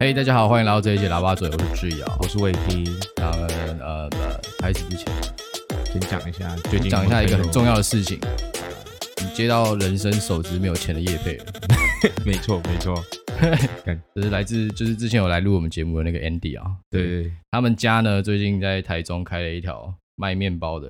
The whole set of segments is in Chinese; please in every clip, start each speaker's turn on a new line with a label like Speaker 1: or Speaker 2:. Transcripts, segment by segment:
Speaker 1: 嘿、哎大家好，欢迎来到这一集喇叭嘴，我是志尧。
Speaker 2: 我是魏 P，
Speaker 1: 那么呃，呃开始之前
Speaker 2: 先讲一下最近
Speaker 1: 讲一下一个很重
Speaker 2: 要，
Speaker 1: 要的事情，你接到人生首支没有钱的叶配了，
Speaker 2: 没错没错，
Speaker 1: 这是来自就是之前有来录我们节目的那个 Andy 啊，
Speaker 2: 对对对，
Speaker 1: 他们家呢最近在台中开了一条卖面包的，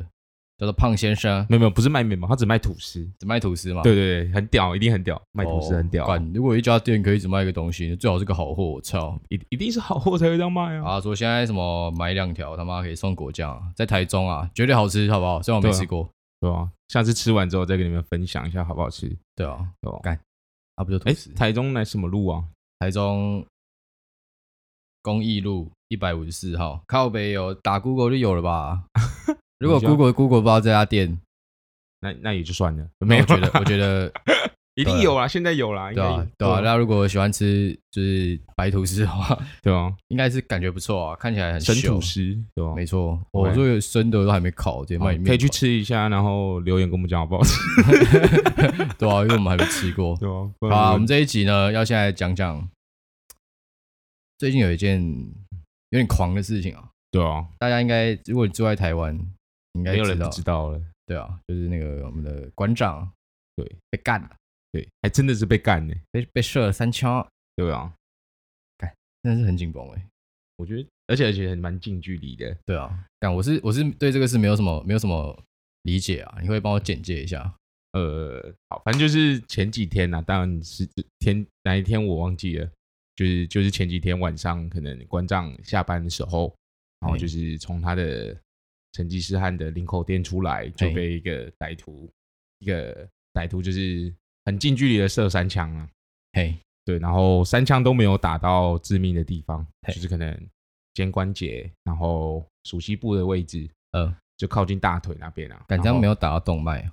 Speaker 1: 叫做胖先生，
Speaker 2: 没有没有，不是卖面包，他只卖吐司，
Speaker 1: 只卖吐司嘛，
Speaker 2: 对对对，很屌，一定很屌，卖吐司很屌
Speaker 1: 哦，干如果一家店可以只卖一个东西，最好是个好货，我操！
Speaker 2: 一一定是好货才会这样卖啊，
Speaker 1: 啊，说现在什么买两条他妈可以送果酱、啊，在台中啊，绝对好吃，好不好？虽然我没
Speaker 2: 对啊
Speaker 1: 吃过，
Speaker 2: 对吧？下次吃完之后再跟你们分享一下好不好吃，
Speaker 1: 对啊，
Speaker 2: 对吧？
Speaker 1: 干啊不就
Speaker 2: 哎
Speaker 1: 吐司？，
Speaker 2: 台中来什么路啊？
Speaker 1: 台中公益路一百五十四号，靠北有打 Google 就有了 吧？如果
Speaker 2: 等一下
Speaker 1: Google Google 不知道这家店，
Speaker 2: 那那也就算了，
Speaker 1: 那
Speaker 2: 没
Speaker 1: 我觉
Speaker 2: 有，啊
Speaker 1: 得我觉得
Speaker 2: 一定有啦，现在有啦， 应
Speaker 1: 对
Speaker 2: 该有
Speaker 1: 啊对啊，那如果喜欢吃就是白吐司的话，
Speaker 2: 对啊，
Speaker 1: 应该是感觉不错啊，看起来很
Speaker 2: 神
Speaker 1: 秀
Speaker 2: 吐，司，对吧？
Speaker 1: 没错，
Speaker 2: OK
Speaker 1: 我这个生的都还没烤，直接
Speaker 2: 好
Speaker 1: 卖你面
Speaker 2: 可以去
Speaker 1: 包，
Speaker 2: 吃 一下，然后留言跟我们讲好不好吃，
Speaker 1: 对啊，因为我们还没吃过。
Speaker 2: 对吧？不
Speaker 1: 好
Speaker 2: 然
Speaker 1: 啊，我们这一集呢，要先来讲讲最近有一件有点狂的事情啊，
Speaker 2: 对啊，
Speaker 1: 大家应该如果你住在台湾，你应该
Speaker 2: 没有
Speaker 1: 知
Speaker 2: 人
Speaker 1: 道
Speaker 2: 啊不，知道了，
Speaker 1: 对啊，就是那个我们的馆长
Speaker 2: 对
Speaker 1: 被干了，
Speaker 2: 对，还真的是被干呢，
Speaker 1: 被被射了三枪，
Speaker 2: 对啊，
Speaker 1: 真的是很紧绷哎。
Speaker 2: 我觉得，而且而且很蛮近距离的。
Speaker 1: 对啊，但我是我是对这个是没有什么没有什么理解啊，你会帮我简介一下？
Speaker 2: 呃，好，反正就是前几天呐、当然是天哪一天我忘记了，就是就是前几天晚上，可能馆长下班的时候，然后
Speaker 1: 嗯
Speaker 2: 就是从他的成吉思汗的领口店出来，就
Speaker 1: 嗯
Speaker 2: 被一个歹徒，一个歹徒就是很近距离的射三枪啊，
Speaker 1: 嘿，
Speaker 2: 对，然后三枪都没有打到致命的地方，
Speaker 1: 嘿
Speaker 2: 就是可能肩关节，然后熟悉部的位置，
Speaker 1: 呃，
Speaker 2: 就靠近大腿那边啊，
Speaker 1: 敢这
Speaker 2: 然
Speaker 1: 样
Speaker 2: 后
Speaker 1: 没有打到动脉啊，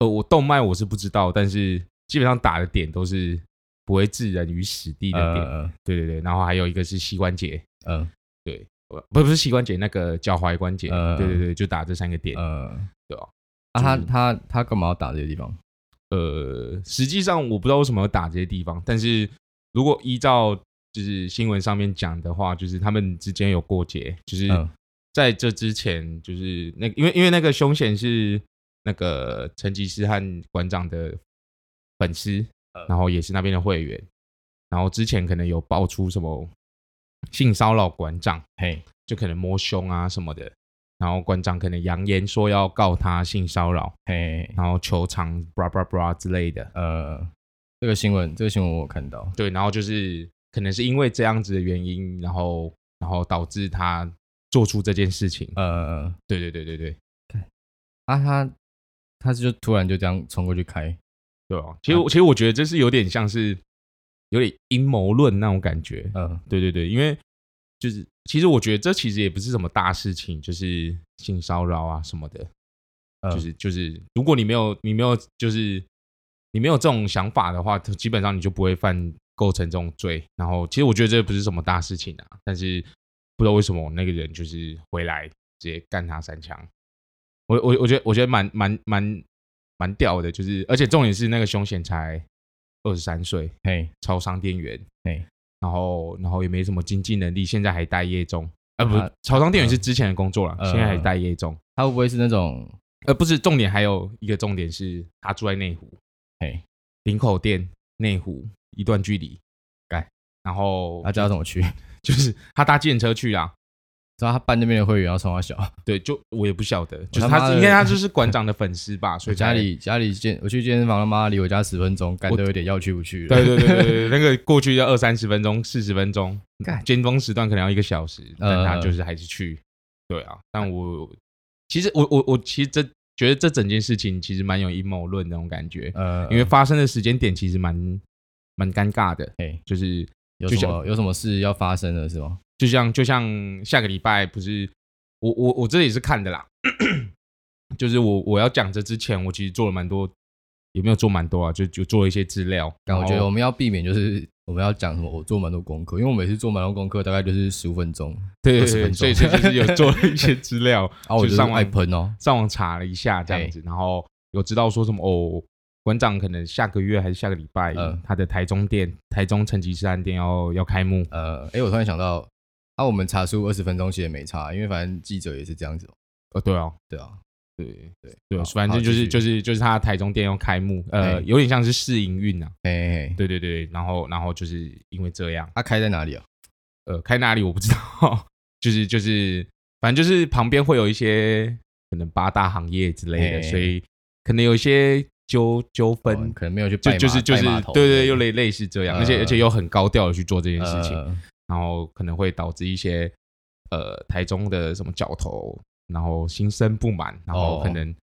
Speaker 2: 呃，我动脉我是不知道，但是基本上打的点都是不会置人于死地的点。
Speaker 1: 呃
Speaker 2: 对对对，然后还有一个是膝关节，
Speaker 1: 呃
Speaker 2: 对，呃不不是膝关节，那个脚踝关节。
Speaker 1: 嗯
Speaker 2: 对对对，就打这三个点。
Speaker 1: 呃，
Speaker 2: 对啊，
Speaker 1: 啊他
Speaker 2: 就是
Speaker 1: 他他干嘛要打这个地方？
Speaker 2: 呃，实际上我不知道为什么要打这些地方，但是如果依照就是新闻上面讲的话，就是他们之间有过节，就是
Speaker 1: 嗯
Speaker 2: 在这之前，就是那因为因为那个凶险是那个成吉思汗馆长的粉丝
Speaker 1: 嗯，
Speaker 2: 然后也是那边的会员，然后之前可能有爆出什么性骚扰馆长，
Speaker 1: 嘿，
Speaker 2: 就可能摸胸啊什么的，然后馆长可能扬言说要告他性骚扰，
Speaker 1: 嘿，
Speaker 2: 然后求偿 bra bra bra 之类的，
Speaker 1: 呃，这个新闻这个新闻我有看到，
Speaker 2: 对，然后就是可能是因为这样子的原因，然后然后导致他做出这件事情，
Speaker 1: 呃，
Speaker 2: 对对对对对。
Speaker 1: 啊他他是就突然就这样冲过去开，
Speaker 2: 对啊，其实我、其实我觉得这是有点像是有点阴谋论那种感觉。
Speaker 1: 嗯
Speaker 2: 对对对，因为就是其实我觉得这其实也不是什么大事情，就是性骚扰啊什么的，
Speaker 1: 嗯
Speaker 2: 就是就是如果你没有你没有就是你没有这种想法的话，基本上你就不会犯构成这种罪。然后其实我觉得这不是什么大事情啊，但是不知道为什么那个人就是回来直接干他三枪。我我我觉得我觉得蛮蛮蛮蛮屌的，就是而且重点是那个凶险才二十三岁，
Speaker 1: 嘿，
Speaker 2: 超商店员，
Speaker 1: 嘿
Speaker 2: 然后然后也没什么经济能力，现在还待业中。啊，不
Speaker 1: 啊
Speaker 2: 是，超商店员是之前的工作了，
Speaker 1: 呃
Speaker 2: 现在还待业中。
Speaker 1: 他会不会是那种
Speaker 2: 呃，不是，重点还有一个重点是，他住在内湖，
Speaker 1: 嘿，
Speaker 2: 林口店内湖一段距离，哎
Speaker 1: 干，
Speaker 2: 然后
Speaker 1: 他叫他怎么去？
Speaker 2: 就是他搭电车去啦。
Speaker 1: 知道他办那边的会员要冲他小，
Speaker 2: 对，就我也不晓得，就
Speaker 1: 他
Speaker 2: 是
Speaker 1: 妈
Speaker 2: 他是，
Speaker 1: 的
Speaker 2: 应该他就是馆长的粉 丝吧，所以
Speaker 1: 家
Speaker 2: 才
Speaker 1: 里家里健我去健身房他妈离我家十分钟，干
Speaker 2: 我
Speaker 1: 都有点要去不去了。
Speaker 2: 对对对对对，对那个过去要二三十分钟、四十分钟
Speaker 1: 干，
Speaker 2: 尖峰时段可能要一个小时，但他
Speaker 1: 呃
Speaker 2: 就是还是去。对啊，但我其实我我我其实这觉得这整件事情其实蛮有阴谋论那种感觉，
Speaker 1: 呃，
Speaker 2: 因为发生的时间点其实蛮蛮尴尬的，
Speaker 1: 嘿
Speaker 2: 就是
Speaker 1: 有
Speaker 2: 就
Speaker 1: 什
Speaker 2: 像
Speaker 1: 么有什么事要发生了是吗？
Speaker 2: 就像就像下个礼拜不是我我我这也是看的啦， 就是我我要讲这之前，我其实做了蛮多，也没有做蛮多啊，就就做了一些资料，
Speaker 1: 但我
Speaker 2: 然
Speaker 1: 觉得
Speaker 2: 后
Speaker 1: 我们要避免就是我们要讲什么，我做蛮多功课，因为我每次做蛮多功课大概就是十五分钟，
Speaker 2: 对
Speaker 1: 20
Speaker 2: 对
Speaker 1: 分
Speaker 2: 对，
Speaker 1: 钟
Speaker 2: 所以所以就是有做了一 些资料，
Speaker 1: 啊，我
Speaker 2: 就
Speaker 1: 就是
Speaker 2: 上网
Speaker 1: 爱喷哦，
Speaker 2: 上网查了一下这样子，然后有知道说什么哦，馆长可能下个月还是下个礼拜，
Speaker 1: 嗯
Speaker 2: 他的台中店、台中成吉思汗店要要开幕。
Speaker 1: 呃，哎、我突然想到，啊，我们查书二十分钟其实也没差，因为反正记者也是这样子、哦。
Speaker 2: 呃，对哦，
Speaker 1: 对啊，
Speaker 2: 对对对，
Speaker 1: 好
Speaker 2: 反正
Speaker 1: 好继
Speaker 2: 就是
Speaker 1: 续
Speaker 2: 就是就是他台中店要开幕，呃，
Speaker 1: 哎
Speaker 2: 有点像是试营运啊。
Speaker 1: 哎、欸，
Speaker 2: 对对对，然后然后就是因为这样，
Speaker 1: 它、开在哪里啊？
Speaker 2: 呃，开哪里我不知道，就是就是，反正就是旁边会有一些可能八大行业之类的，
Speaker 1: 嘿
Speaker 2: 所以可能有一些纠纠
Speaker 1: 哎哦
Speaker 2: 纷，
Speaker 1: 可能没有去拜
Speaker 2: 就
Speaker 1: 码
Speaker 2: 就是就是
Speaker 1: 拜码头
Speaker 2: 对对，又类类似这样，而且
Speaker 1: 呃
Speaker 2: 而且又很高调的去做这件事
Speaker 1: 呃
Speaker 2: 情，然后可能会导致一些呃台中的什么角头，然后心生不满，然后可
Speaker 1: 哦
Speaker 2: 能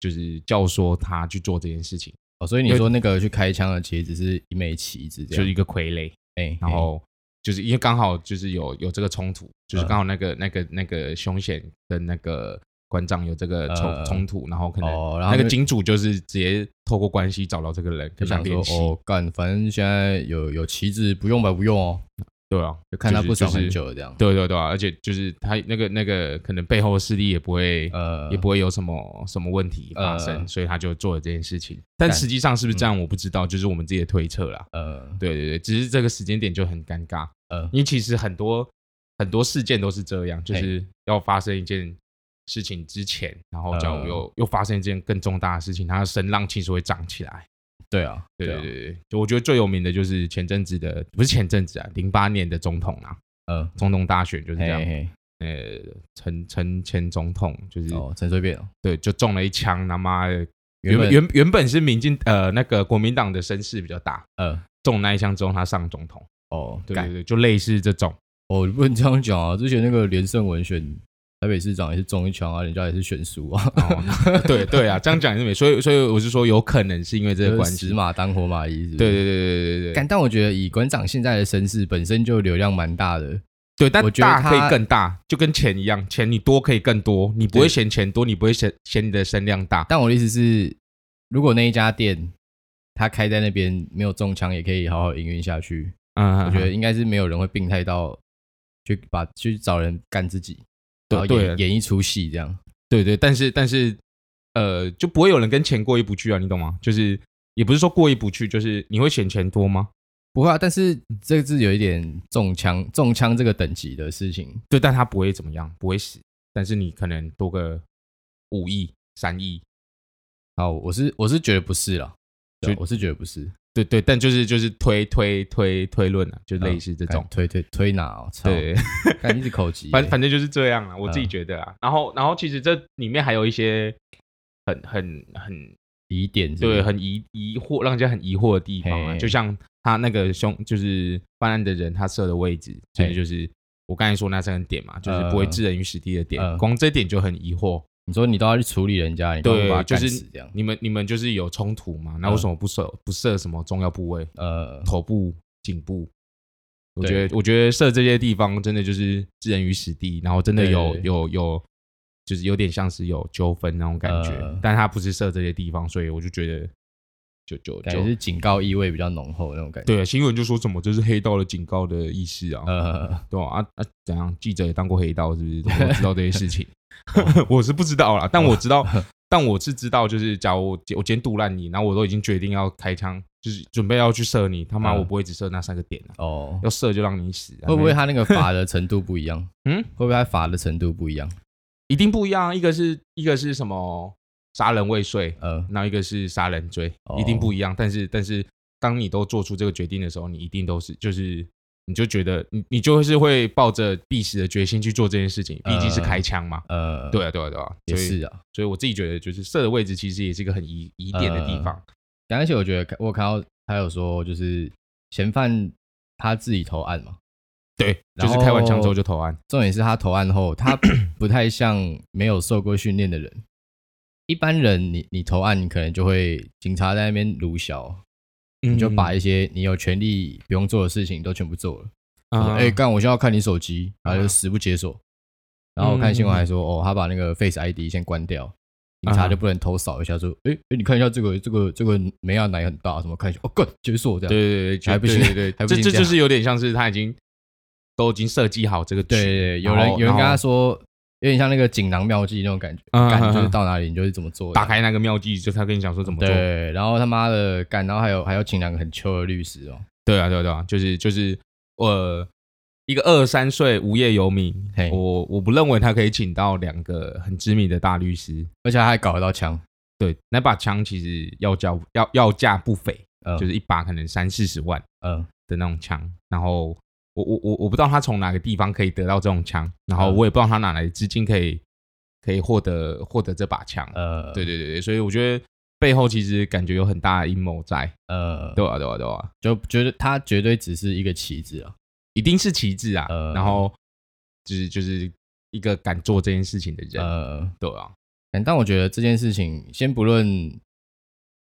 Speaker 2: 就是教唆他去做这件事情，
Speaker 1: 哦，所以你说那个去开枪的其实只是一枚旗子这
Speaker 2: 就是
Speaker 1: 样，
Speaker 2: 一个傀儡。
Speaker 1: 哎、
Speaker 2: 然后就是因为刚好就是有有这个冲突，就是
Speaker 1: 嗯
Speaker 2: 刚好那个那个那个凶险跟那个馆长有这个冲
Speaker 1: 嗯
Speaker 2: 冲突，然后可
Speaker 1: 嘿
Speaker 2: 能
Speaker 1: 哦，然后
Speaker 2: 那个
Speaker 1: 就
Speaker 2: 金主就是直接透过关系找到这个人
Speaker 1: 就
Speaker 2: 跟他
Speaker 1: 想说
Speaker 2: 联系，
Speaker 1: 哦，干，反正现在有有旗子不用吧，不用哦，
Speaker 2: 对啊，
Speaker 1: 就看他
Speaker 2: 是
Speaker 1: 不爽
Speaker 2: 就是
Speaker 1: 很久了这样。
Speaker 2: 对对对啊，而且就是他那个那个可能背后的势力也不会。
Speaker 1: 呃，
Speaker 2: 也不会有什么什么问题发生，
Speaker 1: 呃嗯
Speaker 2: 所以他就做了这件事情。但
Speaker 1: 干
Speaker 2: 实际上是不是这样，我不知道，就是我们自己的推测啦。
Speaker 1: 呃
Speaker 2: 对对对，只是这个时间点就很尴尬，
Speaker 1: 呃
Speaker 2: 因为其实很多很多事件都是这样，就是要发生一件事情之前，然后假如
Speaker 1: 呃
Speaker 2: 又、又发生一件更重大的事情，它的声浪其实会涨起来。
Speaker 1: 对啊，
Speaker 2: 对对
Speaker 1: 啊
Speaker 2: 对，对，就我觉得最有名的就是前阵子的，不是前阵子啊，零八年的总统啊，
Speaker 1: 嗯，
Speaker 2: 总统大选就是这样，
Speaker 1: 嘿嘿，
Speaker 2: 呃，陈陈前总统就是、
Speaker 1: 哦，陈水扁哦，
Speaker 2: 对，就中了一枪，他妈的，
Speaker 1: 原
Speaker 2: 原
Speaker 1: 本
Speaker 2: 原原本是民进呃那个国民党的声势比较大，
Speaker 1: 呃
Speaker 2: 中那一枪之后他上总统，
Speaker 1: 哦，
Speaker 2: 对
Speaker 1: 干
Speaker 2: 对对，就类似 这种。
Speaker 1: 哦，不能这样讲啊！之前那个连胜文选台北市长也是中一枪啊，人家也是选输啊，
Speaker 2: 哦，对对啊，这样讲也是没，所以所以我是说，有可能是因为这个关
Speaker 1: 就是
Speaker 2: 系
Speaker 1: 死。马当活马医，是不是
Speaker 2: 对对对对对对对
Speaker 1: 干，但我觉得以馆长现在的身世，本身就流量蛮大的，
Speaker 2: 对，但
Speaker 1: 我觉得
Speaker 2: 大可以
Speaker 1: 他
Speaker 2: 更大，就跟钱一样，钱你多可以更多，你不会
Speaker 1: 对
Speaker 2: 嫌钱多，你不会嫌嫌你的声量大。
Speaker 1: 但我的意思是，如果那一家店他开在那边没有中枪，也可以好好营运下去，
Speaker 2: 嗯，
Speaker 1: 我觉得应该是没有人会病态到去把去找人干自己，
Speaker 2: 对
Speaker 1: 然后
Speaker 2: 对
Speaker 1: 演演一出戏这样。
Speaker 2: 对对，但是但是呃，就不会有人跟钱过意不去啊，你懂吗？就是也不是说过意不去，就是你会嫌钱多吗？
Speaker 1: 不会啊，但是这个是有一点中枪，中枪这个等级的事情，
Speaker 2: 对，但他不会怎么样，不会死，但是你可能多个五亿、三亿，
Speaker 1: 好，我是我是觉得不是啦，对啊
Speaker 2: 就
Speaker 1: 我是觉得不是
Speaker 2: 对对，但就是就是推推推推论啊，
Speaker 1: 嗯
Speaker 2: 就类似这种
Speaker 1: 干。推推推拿哦，操，
Speaker 2: 对，
Speaker 1: 干一直口急欸，
Speaker 2: 反反正就是这样啊，我自己
Speaker 1: 嗯
Speaker 2: 觉得啊。然后然后其实这里面还有一些很很很
Speaker 1: 疑点是不是
Speaker 2: 对很疑疑惑，让人家很疑惑的地方啊。
Speaker 1: 嘿
Speaker 2: 就像他那个凶，就是办案的人他设的位置，其实
Speaker 1: 嘿
Speaker 2: 就是我刚才说那三个点嘛，就是不会置人于死地的点，
Speaker 1: 嗯
Speaker 2: 光这点就很疑惑。
Speaker 1: 你说你都要去处理人家，你都
Speaker 2: 对
Speaker 1: 把他
Speaker 2: 就
Speaker 1: 干
Speaker 2: 是
Speaker 1: 死这样，
Speaker 2: 你们你们就是有冲突嘛？那
Speaker 1: 嗯
Speaker 2: 为什么不设不设什么重要部位，
Speaker 1: 呃，
Speaker 2: 头部、颈部？我
Speaker 1: 对
Speaker 2: 觉得，我觉得设这些地方真的就是置人于死地，然后真的
Speaker 1: 对
Speaker 2: 有
Speaker 1: 对对
Speaker 2: 有有，就是有点像是有纠纷那种感觉。
Speaker 1: 呃
Speaker 2: 但他不是设这些地方，所以我就觉得就就
Speaker 1: 感觉
Speaker 2: 就是
Speaker 1: 警告意味比较浓厚的那种感觉。
Speaker 2: 对啊，新闻就说什么这是黑道的警告的意思啊，
Speaker 1: 呃，
Speaker 2: 对啊啊啊，怎样？记者也当过黑道是不是？怎么知道这些事 情？ 我是不知道啦，但我知道，但我是知道，就是假如我今我今天杜烂你，然后我都已经决定要开枪，就是准备要去射你，他妈
Speaker 1: 嗯
Speaker 2: 我不会只射那三个点啊，
Speaker 1: 哦，
Speaker 2: 要射就让你死啊，
Speaker 1: 会不会
Speaker 2: 那
Speaker 1: 他那个罚的程度不一样？
Speaker 2: 嗯
Speaker 1: 会不会他罚的程度不一样？
Speaker 2: 一定不一样啊？一个是一个是什么杀人未遂，
Speaker 1: 呃，
Speaker 2: 那一个是杀人罪，
Speaker 1: 哦
Speaker 2: 一定不一样。但是但是，当你都做出这个决定的时候，你一定都是就是。你就觉得你你就是会抱着必死的决心去做这件事情，毕竟是
Speaker 1: 呃
Speaker 2: 开枪嘛。
Speaker 1: 呃，，
Speaker 2: 对啊，对啊，对啊，
Speaker 1: 也
Speaker 2: 所以
Speaker 1: 是啊。
Speaker 2: 所以我自己觉得，就是射的位置其实也是一个很疑疑点的地方。
Speaker 1: 但而且我觉得我有看到他有说，就是嫌犯他自己投案嘛，
Speaker 2: 对，就
Speaker 1: 然
Speaker 2: 是
Speaker 1: 后
Speaker 2: 开完枪之后就投案。
Speaker 1: 重点是他投案后，他不太像没有受过训练的人。一般人你，你投案，你可能就会警察在那边鲁小，
Speaker 2: 你
Speaker 1: 你
Speaker 2: 嗯
Speaker 1: 就把一些你有权利不用做的事情都全部做了。
Speaker 2: 哎、
Speaker 1: 哎、欸干，我现在要看你手机，然后
Speaker 2: 啊嗯
Speaker 1: 就死不解锁。然后我看新闻还说，哦，他把那个 Face ID 先关
Speaker 2: 啊
Speaker 1: 掉，警察就不能偷扫一下，说，哎、哎、你看一下这个这个这个梅亚奶很大，什么看一下，哦，干解锁这
Speaker 2: 对
Speaker 1: 样。
Speaker 2: 对对对，
Speaker 1: 还不行
Speaker 2: 对对
Speaker 1: 还不
Speaker 2: 对，这
Speaker 1: 行这
Speaker 2: 这就
Speaker 1: 样
Speaker 2: 是有点像是他已经都已经设计好这个局。
Speaker 1: 对对对，有
Speaker 2: 然
Speaker 1: 人
Speaker 2: 后
Speaker 1: 有人跟
Speaker 2: 然后
Speaker 1: 他说，有点像那个锦囊妙计那种感觉，
Speaker 2: 嗯
Speaker 1: 感
Speaker 2: 嗯
Speaker 1: 就是
Speaker 2: 嗯
Speaker 1: 到哪里你就是怎么做，
Speaker 2: 打开那个妙计，就他跟你讲说怎么做。
Speaker 1: 对，然后他妈的干，然后还有还要请两个很秋的律师哦，
Speaker 2: 对啊，对啊，对啊，就是就是呃，一个二三岁无业游民
Speaker 1: 嘿，
Speaker 2: 我我不认为他可以请到两个很知名的大律师。
Speaker 1: 而且他还搞得到枪，
Speaker 2: 对，那把枪其实要价要要价不菲，
Speaker 1: 嗯，
Speaker 2: 就是一把可能三四十万
Speaker 1: 嗯
Speaker 2: 的那种枪。然后我我我我不知道他从哪个地方可以得到这种枪，然后
Speaker 1: 嗯
Speaker 2: 我也不知道他哪来的资金可以可以获得获得这把枪。
Speaker 1: 呃，
Speaker 2: 对对对对，所以我觉得背后其实感觉有很大的阴谋在。
Speaker 1: 呃，
Speaker 2: 对啊对啊对啊，
Speaker 1: 就觉得他绝对只是一个棋子啊，
Speaker 2: 一定是旗帜啊。
Speaker 1: 呃
Speaker 2: 然后就是就是一个敢做这件事情的人，
Speaker 1: 呃，
Speaker 2: 对啊，
Speaker 1: 但但我觉得这件事情，先不论